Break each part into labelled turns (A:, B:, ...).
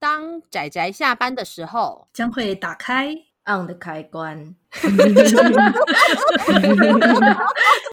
A: 当仔仔下班的时候，
B: 将会打开。
C: on 的开 关。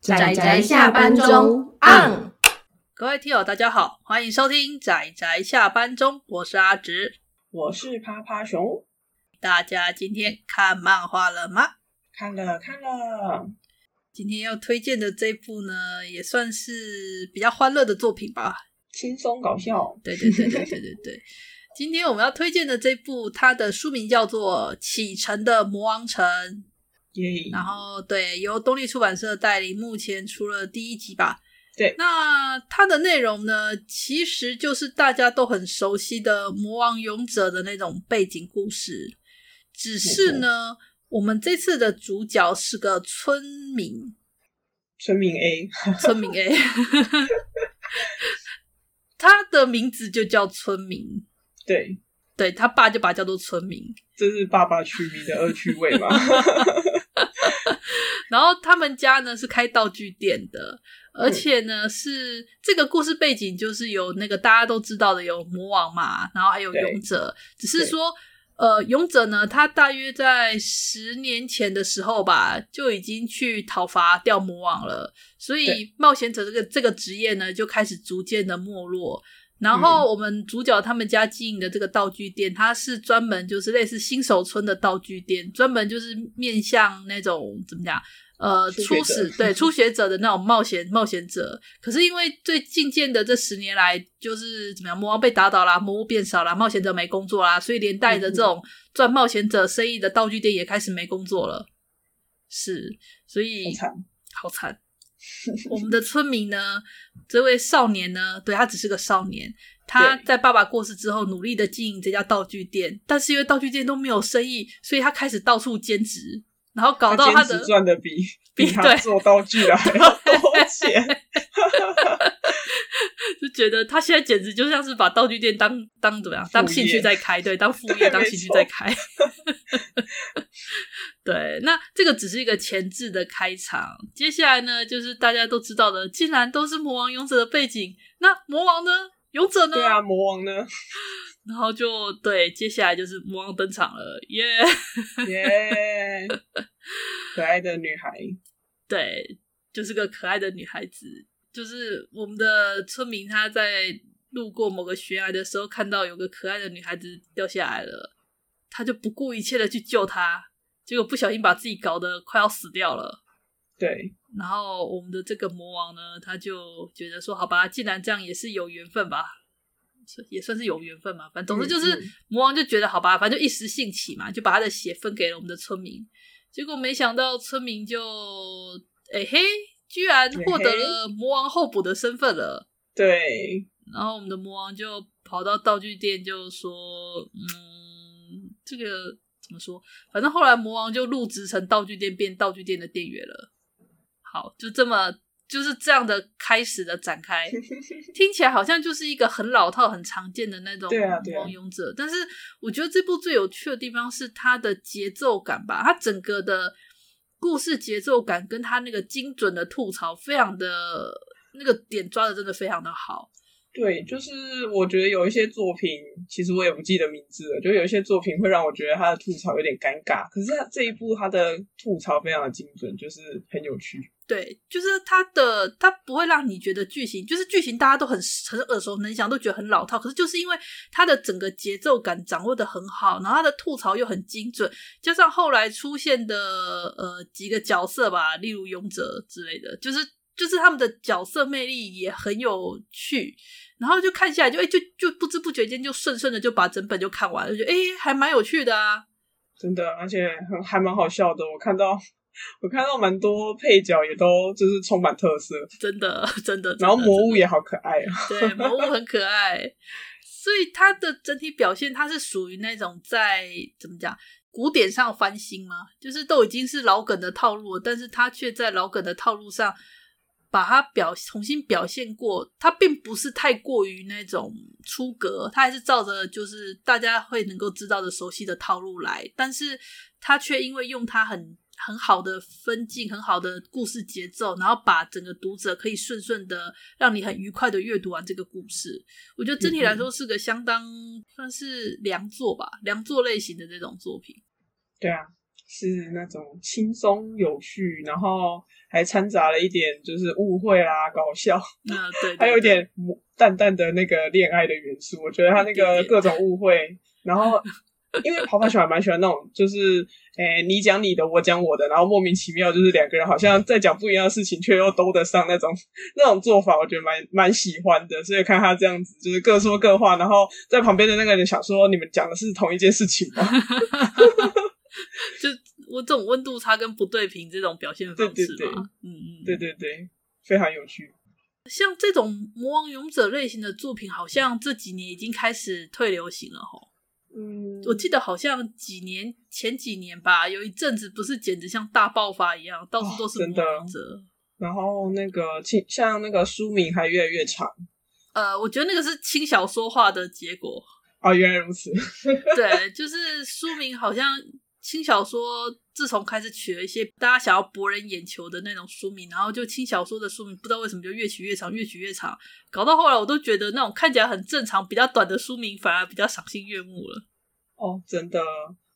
A: 宅宅
B: 下班中
C: on。
B: 各位听友，大家好，欢迎收听《仔仔下班中》，我是阿直。
D: 我是趴趴熊，
B: 大家今天看漫画了吗？
D: 看了看了，
B: 今天要推荐的这部呢，也算是比较欢乐的作品吧。
D: 轻松搞笑，
B: 对对对对对对 对。今天我们要推荐的这部，它的书名叫做《启程的魔王城》，
D: 耶！
B: 然后对，由东立出版社代理，目前出了第一集吧。
D: 对
B: 那它的内容呢，其实就是大家都很熟悉的魔王勇者的那种背景故事，只是呢，我们这次的主角是个村民，
D: 村民 A，
B: 村民 A，他的名字就叫村民，
D: 对，
B: 对他爸就把他叫做村民，
D: 这是爸爸取名的恶趣 味嘛？
B: 然后他们家呢是开道具店的，而
D: 嗯
B: 且呢是这个故事背景就是有那个大家都知道的有魔王嘛，然后还有
D: 对
B: 勇者，只是
D: 对
B: 说呃勇者呢他大约在十年前的时候吧就已经去讨伐掉魔王了，所以
D: 对
B: 冒险者这个这个职业呢就开始逐渐的没落。然
D: 嗯
B: 后我们主角他们家经营的这个道具店，它是专门就是类似新手村的道具店，专门就是面向那种怎么讲，呃，
D: 初
B: 初
D: 学者
B: 始对初学者的那种冒险冒险者。可是因为最近见的这十年来，就是怎么样，魔王被打倒啦，魔物变少啦，冒险者没工作啦，所以连带
D: 嗯
B: 着这种赚冒险者生意的道具店也开始没工作了。是，所以
D: 好惨
B: 好惨。我们的村民呢，这位少年呢，对他只是个少年，他
D: 对
B: 在爸爸过世之后，努力的经营这家道具店，但是因为道具店都没有生意，所以他开始到处兼职，然后搞到
D: 他
B: 他
D: 兼
B: 的
D: 职赚的比
B: 比
D: 他
B: 对
D: 做道 具的还要多钱，
B: 就觉得他现在简直就像是把道具店当当怎么样，当兴趣在开，对，当副业，
D: 对
B: 当
D: 没
B: 兴趣
D: 错
B: 在开。 对，那这个只是一个前置的开场，接下来呢，就是大家都知道的，竟然都是魔王勇者的背景，那魔王呢？勇者呢？
D: 对啊，魔王呢？
B: 然后就对，接下来就是魔王登场了，耶、
D: 耶！可爱的女孩，
B: 对，就是个可爱的女孩子。就是我们的村民，她在路过某个悬崖的时候，看到有个可爱的女孩子掉下来了，他就不顾一切的去救她，结果不小心把自己搞得快要死掉了。
D: 对，
B: 然后我们的这个魔王呢，他就觉得说，好吧，既然这样也是有缘分吧，也算是有缘分嘛。反正总之就是、
D: 嗯嗯
B: 魔王就觉得好吧，反正就一时兴起嘛，就把他的血分给了我们的村民。结果没想到村民就哎嘿，居然
D: 哎
B: 获得了魔王候补的身份了。
D: 对，
B: 然后我们的魔王就跑到道具店，就说：“嗯，这个怎么说？反正后来魔王就入职成道具店，变道具店的店员了。”好，就这么就是这样的开始的展开，听起来好像就是一个很老套、很常见的那种
D: 对啊对
B: 魔
D: 啊
B: 王勇者。但是我觉得这部最有趣的地方是它的节奏感吧，它整个的故事节奏感跟它那个精准的吐槽，非常的那个点抓的真的非常的好。
D: 对，就是我觉得有一些作品，其实我也不记得名字了，就有一些作品会让我觉得他的吐槽有点尴尬，可是他这一部他的吐槽非常的精准，就是很有趣。
B: 对，就是它的，它不会让你觉得剧情，就是剧情大家都很很耳熟能详，都觉得很老套。可是就是因为它的整个节奏感掌握的很好，然后它的吐槽又很精准，加上后来出现的呃几个角色吧，例如勇者之类的，就是就是他们的角色魅力也很有趣。然后就看下来就，哎就就不知不觉间就顺顺的就把整本就看完了，就觉得哎还蛮有趣的啊。
D: 真的，而且很还蛮好笑的。我看到 我看到蛮多配角也都就是充满特色，
B: 真的， 真的，真的
D: 然后魔
B: 真的
D: 物也好可爱啊。
B: 对，魔物很可爱，所以它的整体表现，它是属于那种在怎么讲古典上翻新吗？就是都已经是老梗的套路了，但是它却在老梗的套路上把它表重新表现过。它并不是太过于那种出格，它还是照着就是大家会能够知道的熟悉的套路来，但是它却因为用它很。很好的分镜、很好的故事节奏，然后把整个读者可以顺顺的让你很愉快的阅读完这个故事。我觉得整体
D: 嗯
B: 来说是个相当算是良作吧，良作类型的这种作品。
D: 对啊，是那种轻松有趣，然后还掺杂了一点就是误会啦、搞笑，
B: 那对，对
D: 还有一
B: 对
D: 点模淡淡的那个恋爱的元素。我觉得他那
B: 一
D: 个
B: 点点
D: 各种误会，然后因为跑跑喜欢蛮喜欢那种，就是诶、你讲你的，我讲我的，然后莫名其妙就是两个人好像在讲不一样的事情，却又兜得上那种那种做法，我觉得蛮蛮喜欢的。所以看他这样子，就是各说各话，然后在旁边的那个人想说，你们讲的是同一件事情吗？
B: 就我这种温度差跟不对平这种表现方
D: 对对
B: 式
D: 对
B: 嘛，嗯嗯，
D: 对对对，非常有趣。
B: 像这种魔王勇者类型的作品，好像这几年已经开始退流行了吼。
D: 嗯，
B: 我记得好像几年前几年吧，有一阵子不是简直像大爆发一样，到处都是
D: 哦真的啊
B: 魔王勇者。
D: 然后那个其像那个书名还越来越长
B: 呃，我觉得那个是轻小说化的结果。
D: 啊，原来如此。
B: 对，就是书名好像轻小说，自从开始取了一些大家想要博人眼球的那种书名，然后就轻小说的书名不知道为什么就越取越长，越取越长，搞到后来我都觉得那种看起来很正常、比较短的书名反而比较赏心悦目了。
D: 哦，真的。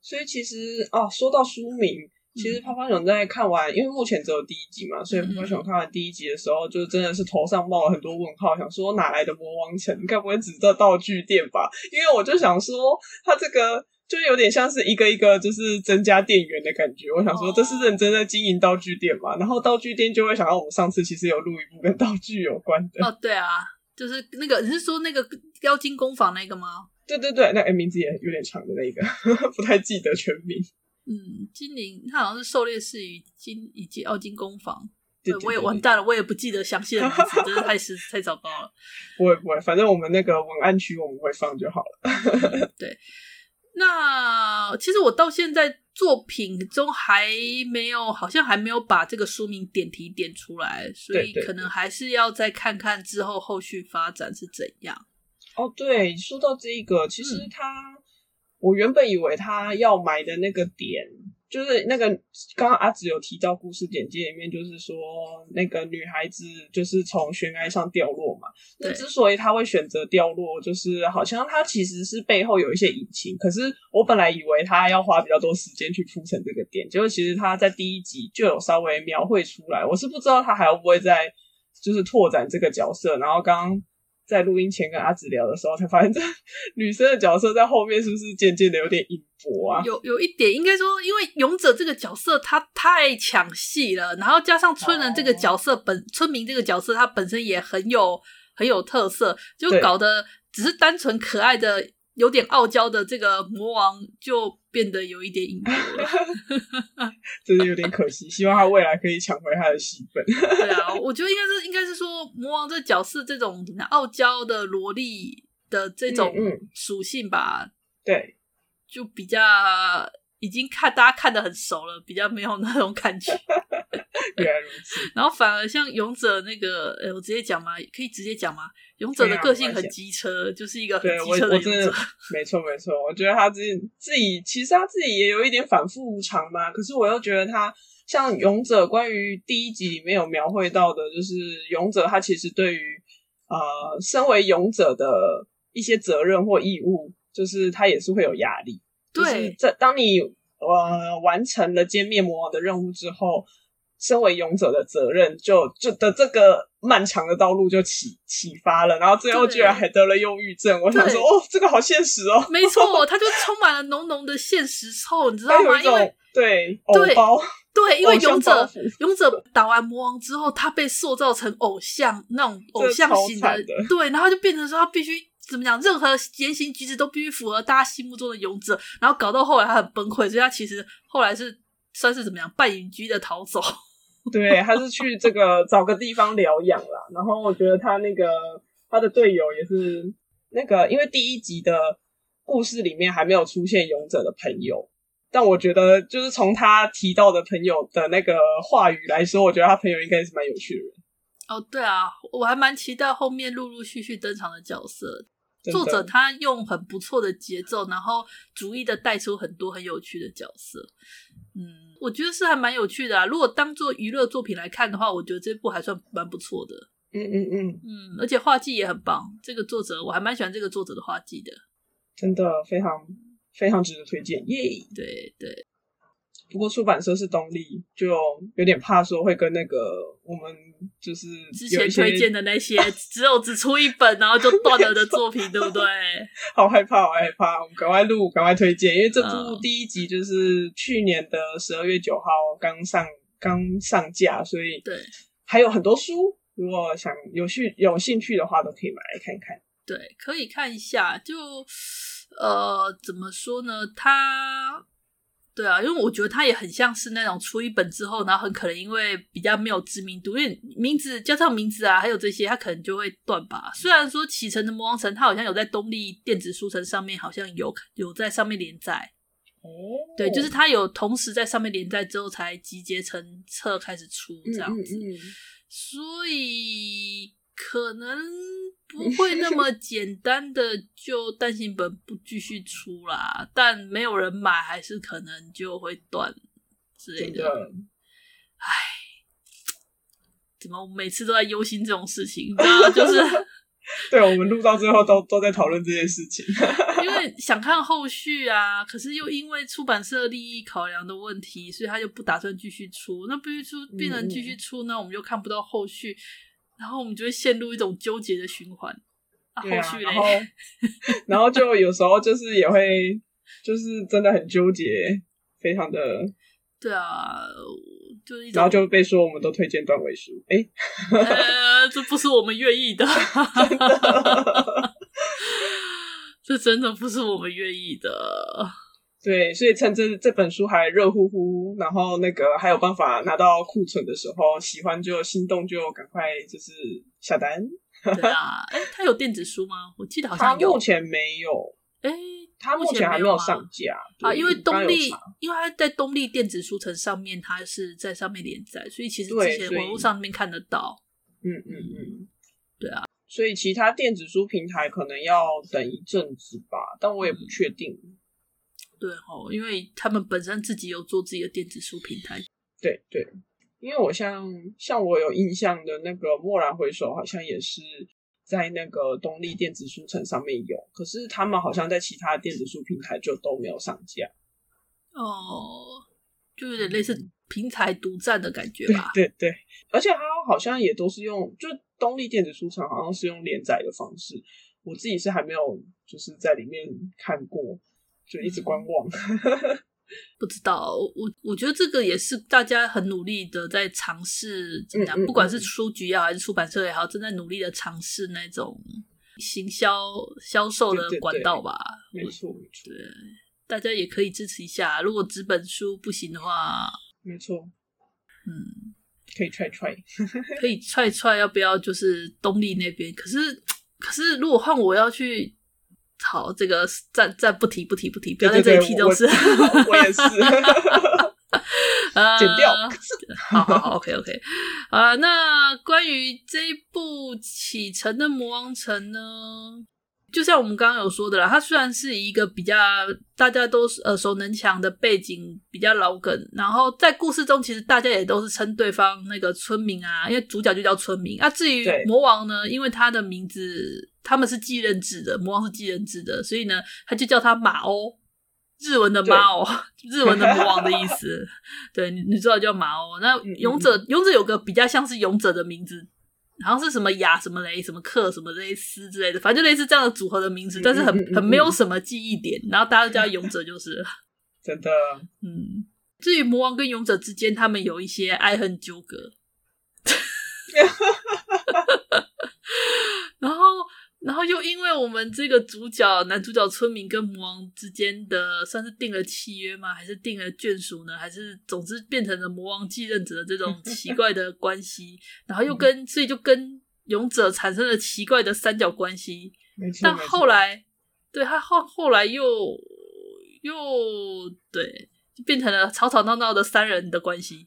D: 所以其实哦，说到书名，其实
B: 嗯
D: 泡泡熊在看完，因为目前只有第一集嘛，所以泡泡熊看完第一集的时候，就真的是头上冒了很多问号，想说哪来的魔王城？该不会只到道具店吧？因为我就想说，它这个就有点像是一个一个就是增加店员的感觉。我想说，这
B: 哦
D: 是认真在经营道具店嘛？然后道具店就会想到我们上次其实有录一部跟道具有关的。
B: 哦，对啊，就是那个，你是说那个妖精工坊那个吗？
D: 对对对，那、诶名字也有点长的那个， 不太记得全名。
B: 嗯，精灵，它好像是狩猎士与精以及妖精工坊。
D: 对
B: 对
D: 对，
B: 我也
D: 对
B: 完蛋了，我也不记得详细的名字，真是太失太糟糕了。
D: 不会不会，反正我们那个文案区我们会放就好了。
B: 那其实我到现在作品中还没有，好像还没有把这个书名点题点出来，所以
D: 对对
B: 可能还是要再看看之后后续发展是怎样。
D: 哦，对，说到这一个，其实
B: 嗯
D: 他，我原本以为他要买的那个点，就是那个刚刚阿紫有提到故事简介里面，就是说那个女孩子就是从悬崖上掉落嘛。那
B: 对
D: 之所以他会选择掉落，就是好像他其实是背后有一些隐情。可是我本来以为他要花比较多时间去铺陈这个点，结果其实他在第一集就有稍微描绘出来。我是不知道他还会不会在就是拓展这个角色。然后刚刚在录音前跟阿紫聊的时候，才发现这女生的角色在后面是不是渐渐的有点隐薄啊？
B: 有有一点应该说，因为勇者这个角色他太抢戏了，然后加上村人
D: 哦
B: 这个角色本、村民这个角色，他本身也很有很有特色，就
D: 对
B: 搞得只是单纯可爱的、有点傲娇的这个魔王就变得有一点隐薄了。
D: 真的有点可惜。希望他未来可以抢回他的戏份。
B: 对啊，我觉得应该是应该是说魔王这角色这种怎么样傲娇的萝莉的这种
D: 嗯嗯
B: 属性吧，
D: 对，
B: 就比较已经看大家看得很熟了，比较没有那种感觉。
D: 原来如此。
B: 然后反而像勇者那个，呃，我直接讲吗？可以直接讲吗？勇者的
D: 对啊
B: 个性
D: 没关系
B: 很机车，就是一个很
D: 对我
B: 机车
D: 我
B: 勇
D: 真的
B: 者。
D: 没错没错，我觉得他自己自己其实他自己也有一点反复无常嘛，可是我又觉得他像勇者，关于第一集里面有描绘到的，就是勇者他其实对于呃身为勇者的一些责任或义务，就是他也是会有压力。就是
B: 对，
D: 在当你呃完成了歼灭魔王的任务之后，身为勇者的责任就就的这个漫长的道路就启启发了，然后最后
B: 对
D: 居然还得了忧郁症，我想
B: 对
D: 说哦，这个好现实哦，
B: 没错，他就充满了浓浓的现实臭，你知道
D: 还有
B: 吗？
D: 一
B: 因为
D: 种对
B: 对
D: 偶包，
B: 对，因为
D: 偶像
B: 勇
D: 包
B: 者
D: 袱
B: 勇者打完魔王之后，他被塑造成偶像那种偶像型
D: 这超
B: 的，
D: 惨的
B: 对，然后就变成说他必须怎么讲，任何言行举止都必须符合大家心目中的勇者，然后搞到后来他很崩溃，所以他其实后来是算是怎么样半隐居的逃走。
D: 对，他是去这个找个地方疗养啦。然后我觉得他那个他的队友也是那个，因为第一集的故事里面还没有出现勇者的朋友，但我觉得就是从他提到的朋友的那个话语来说，我觉得他朋友应该是蛮有趣的人。
B: 哦，对啊，我还蛮期待后面陆陆续续登场的角色。
D: 真
B: 作
D: 的
B: 者他用很不错的节奏，然后逐一的带出很多很有趣的角色。嗯，我觉得是还蛮有趣的啊。如果当做娱乐作品来看的话，我觉得这部还算蛮不错的。
D: 嗯嗯嗯，
B: 嗯，而且画技也很棒，这个作者我还蛮喜欢这个作者的画技的。
D: 真的非常非常值得推荐，耶、
B: 对对，
D: 不过出版社是东立，就有点怕说会跟那个我们就是
B: 之
D: 有
B: 前
D: 一些
B: 推荐的那些只有只出一本，然后就断了的作品，对不对？
D: 好害怕，好害怕！我们赶快录，赶快推荐，因为这部
B: 嗯
D: 第一集就是去年的十二月九号刚上刚上架，所以
B: 对
D: 还有很多书，如果想有兴有兴趣的话，都可以买来看看。
B: 对，可以看一下。就呃，怎么说呢？他对啊，因为我觉得他也很像是那种出一本之后，然后很可能因为比较没有知名度，因为名字加上名字啊，还有这些，他可能就会断吧。虽然说《启程的魔王城》，他好像有在东立电子书城上面好像有有在上面连载，
D: 哦，
B: 对，就是它有同时在上面连载之后才集结成册开始出这样子，
D: 嗯嗯嗯
B: 所以可能不会那么简单的就单行本不继续出 啦，但没有人买，还是可能就会断之类
D: 真
B: 的。
D: 的，
B: 怎么我每次都在忧心这种事情？然后就是
D: 对我们录到最后都都在讨论这件事情。
B: 因为想看后续啊，可是又因为出版社利益考量的问题，所以他就不打算继续出。那不继续出，变成继续出呢，我们就看不到后续，然后我们就会陷入一种纠结的循环。啊，后
D: 对啊
B: 续
D: 然
B: 嘞
D: 后，然后就有时候就是也会，就是真的很纠结，非常的，
B: 对啊，就是一
D: 然
B: 种
D: 后就被说我们都推荐断尾书，诶，
B: 呃，这不是我们愿意的，这真的不是我们愿意的。
D: 对，所以趁这这本书还热乎乎，然后那个还有办法拿到库存的时候，喜欢就心动就赶快就是下单。
B: 对啊，哎，他有电子书吗？我记得好
D: 它
B: 像有
D: 目。前没有，
B: 哎，
D: 它目前还
B: 没
D: 有
B: 吗
D: 上架
B: 啊，
D: 对
B: 因为
D: 我刚
B: 东
D: 刚有
B: 立
D: 查，
B: 因为它在东立电子书城上面，它是在上面连载，所以其实
D: 对
B: 之前
D: 所以
B: 网络上面看得到。
D: 嗯嗯嗯，
B: 对
D: 啊。所以其他电子书平台可能要等一阵子吧，但我也不
B: 嗯
D: 确定。
B: 对哦，因为他们本身自己有做自己的电子书平台。
D: 对对，因为我像像我有印象的那个《蓦然回首》，好像也是在那个东立电子书城上面有，可是他们好像在其他电子书平台就都没有上架。
B: 哦，就有点类似平台独占的感觉
D: 嗯对
B: 吧。
D: 对对，而且它好像也都是用，就东立电子书城好像是用连载的方式，我自己是还没有就是在里面看过，就一直观
B: 嗯
D: 望。
B: 不知道，我我觉得这个也是大家很努力的在尝试，怎么样？
D: 嗯嗯
B: 不管是书局也好，还是出版社也好，正在努力的尝试那种行销销售的
D: 对对对
B: 管道吧。
D: 没错没错
B: 对，大家也可以支持一下。如果纸本书不行的话，
D: 没错，
B: 嗯，
D: 可以 try try。
B: 可以踹踹，要不要就是东立那边？可是，可是如果换我要去，好，这个暂暂不提不提不提，不
D: 对
B: 要在
D: 对
B: 这
D: 对，
B: 里提这种事。
D: 我我也是。
B: 呃
D: 剪掉
B: 好好好，OK OK，好了，那关于这一部《启程的魔王城》呢，就像我们刚刚有说的啦，它虽然是一个比较大家都是耳熟能详的背景，比较老梗，然后在故事中其实大家也都是称对方那个村民啊，因为主角就叫村民啊。至于
D: 对
B: 魔王呢，因为他的名字他们是继任制的，魔王是继任制的，所以呢，他就叫他马欧。日文的
D: 对
B: 马欧， 日文的魔王的意思，对，你你知道叫马欧。那
D: 嗯
B: 勇者，勇者有个比较像是勇者的名字，好像是什么雅、什么雷、什么克、什么雷斯之类的，反正就类似这样的组合的名字，
D: 嗯
B: 但是
D: 嗯嗯
B: 很
D: 嗯
B: 很没有什么记忆点，然后大家都叫他勇者就是了，
D: 真的，
B: 嗯。至于魔王跟勇者之间，他们有一些爱恨纠葛。 然后，然后又因为我们这个主角男主角村民跟魔王之间的算是定了契约吗？还是定了眷属呢？还是总之变成了魔王继任者的这种奇怪的关系？然后又跟所以就跟勇者产生了奇怪的三角关系。
D: 没错。
B: 但
D: 没错
B: 后，来，对他后后来又又对，就变成了吵吵闹闹的三人的关系。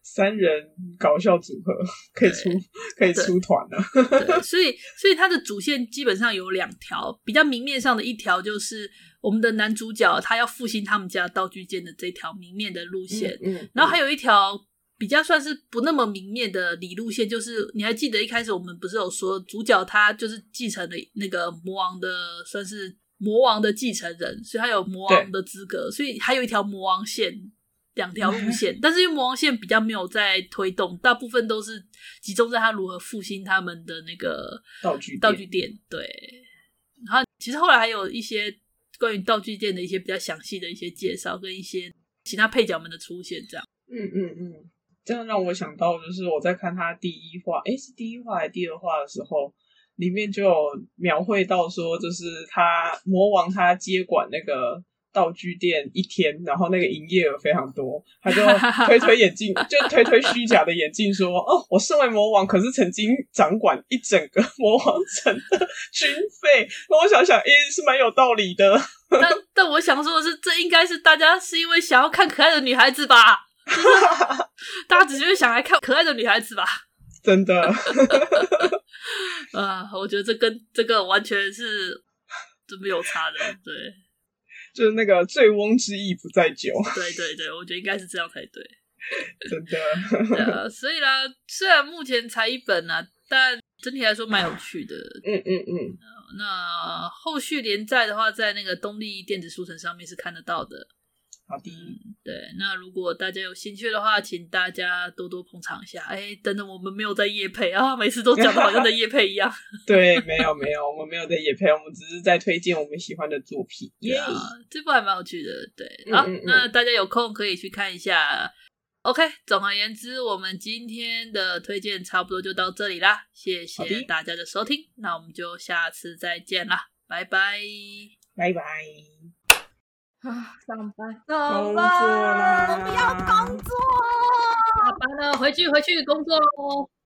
D: 三人搞笑组合可以出可以出团了、啊。
B: 对，所以所以它的主线基本上有两条，比较明面上的一条就是我们的男主角他要复兴他们家道具间的这条明面的路线，
D: 嗯嗯、
B: 然后还有一条。比较算是不那么明面的理路线，就是你还记得一开始我们不是有说主角他就是继承了那个魔王的，算是魔王的继承人，所以他有魔王的资格，所以还有一条魔王线，两条路线。但是因为魔王线比较没有在推动，大部分都是集中在他如何复兴他们的那个
D: 道具
B: 道具店。对，然后其实后来还有一些关于道具店的一些比较详细的一些介绍，跟一些其他配角们的出现，这样。
D: 嗯嗯嗯。嗯这样让我想到，就是我在看他第一话，诶，是第一话还是第二话的时候，里面就有描绘到说，就是他魔王他接管那个道具店一天，然后那个营业额非常多，他就 推推眼镜，就推推虚假的眼镜说，哦，我身为魔王，可是曾经掌管一整个 魔王城的军费。那我想想，诶，是蛮有道理的。
B: 但但我想说的是，这应该是大家是因为想要看可爱的女孩子吧。大家只是想来看可爱的女孩子吧？
D: 真的，
B: 啊呃，我觉得这跟这个完全是真没有差的，对，
D: 就是那个醉翁之意不在酒，
B: 对对对，我觉得应该是这样才对，
D: 真的，
B: 对啊，所以啦，虽然目前才一本啊，但整体来说蛮有趣的，
D: 嗯嗯嗯，
B: 那后续连载的话，在那个东立电子书城上面是看得到的。
D: 好的、
B: 嗯，对，那如果大家有兴趣的话，请大家多多捧场一下。哎，等等，我们没有在夜配啊，每次都讲的好像在夜配一样。
D: 对，没有没有，我们没有在夜配，我们只是在推荐我们喜欢的作品。耶、
B: 啊，这部还蛮有趣的。对，好、
D: 嗯嗯啊，
B: 那大家有空可以去看一下。OK，总而言之，我们今天的推荐差不多就到这里啦，谢谢大家的收听，那我们就下次再见啦，拜拜，
D: 拜拜。
A: 啊，上班，
D: 工作啦！
A: 我不要工作。
B: 下班了，回去回去工作喽。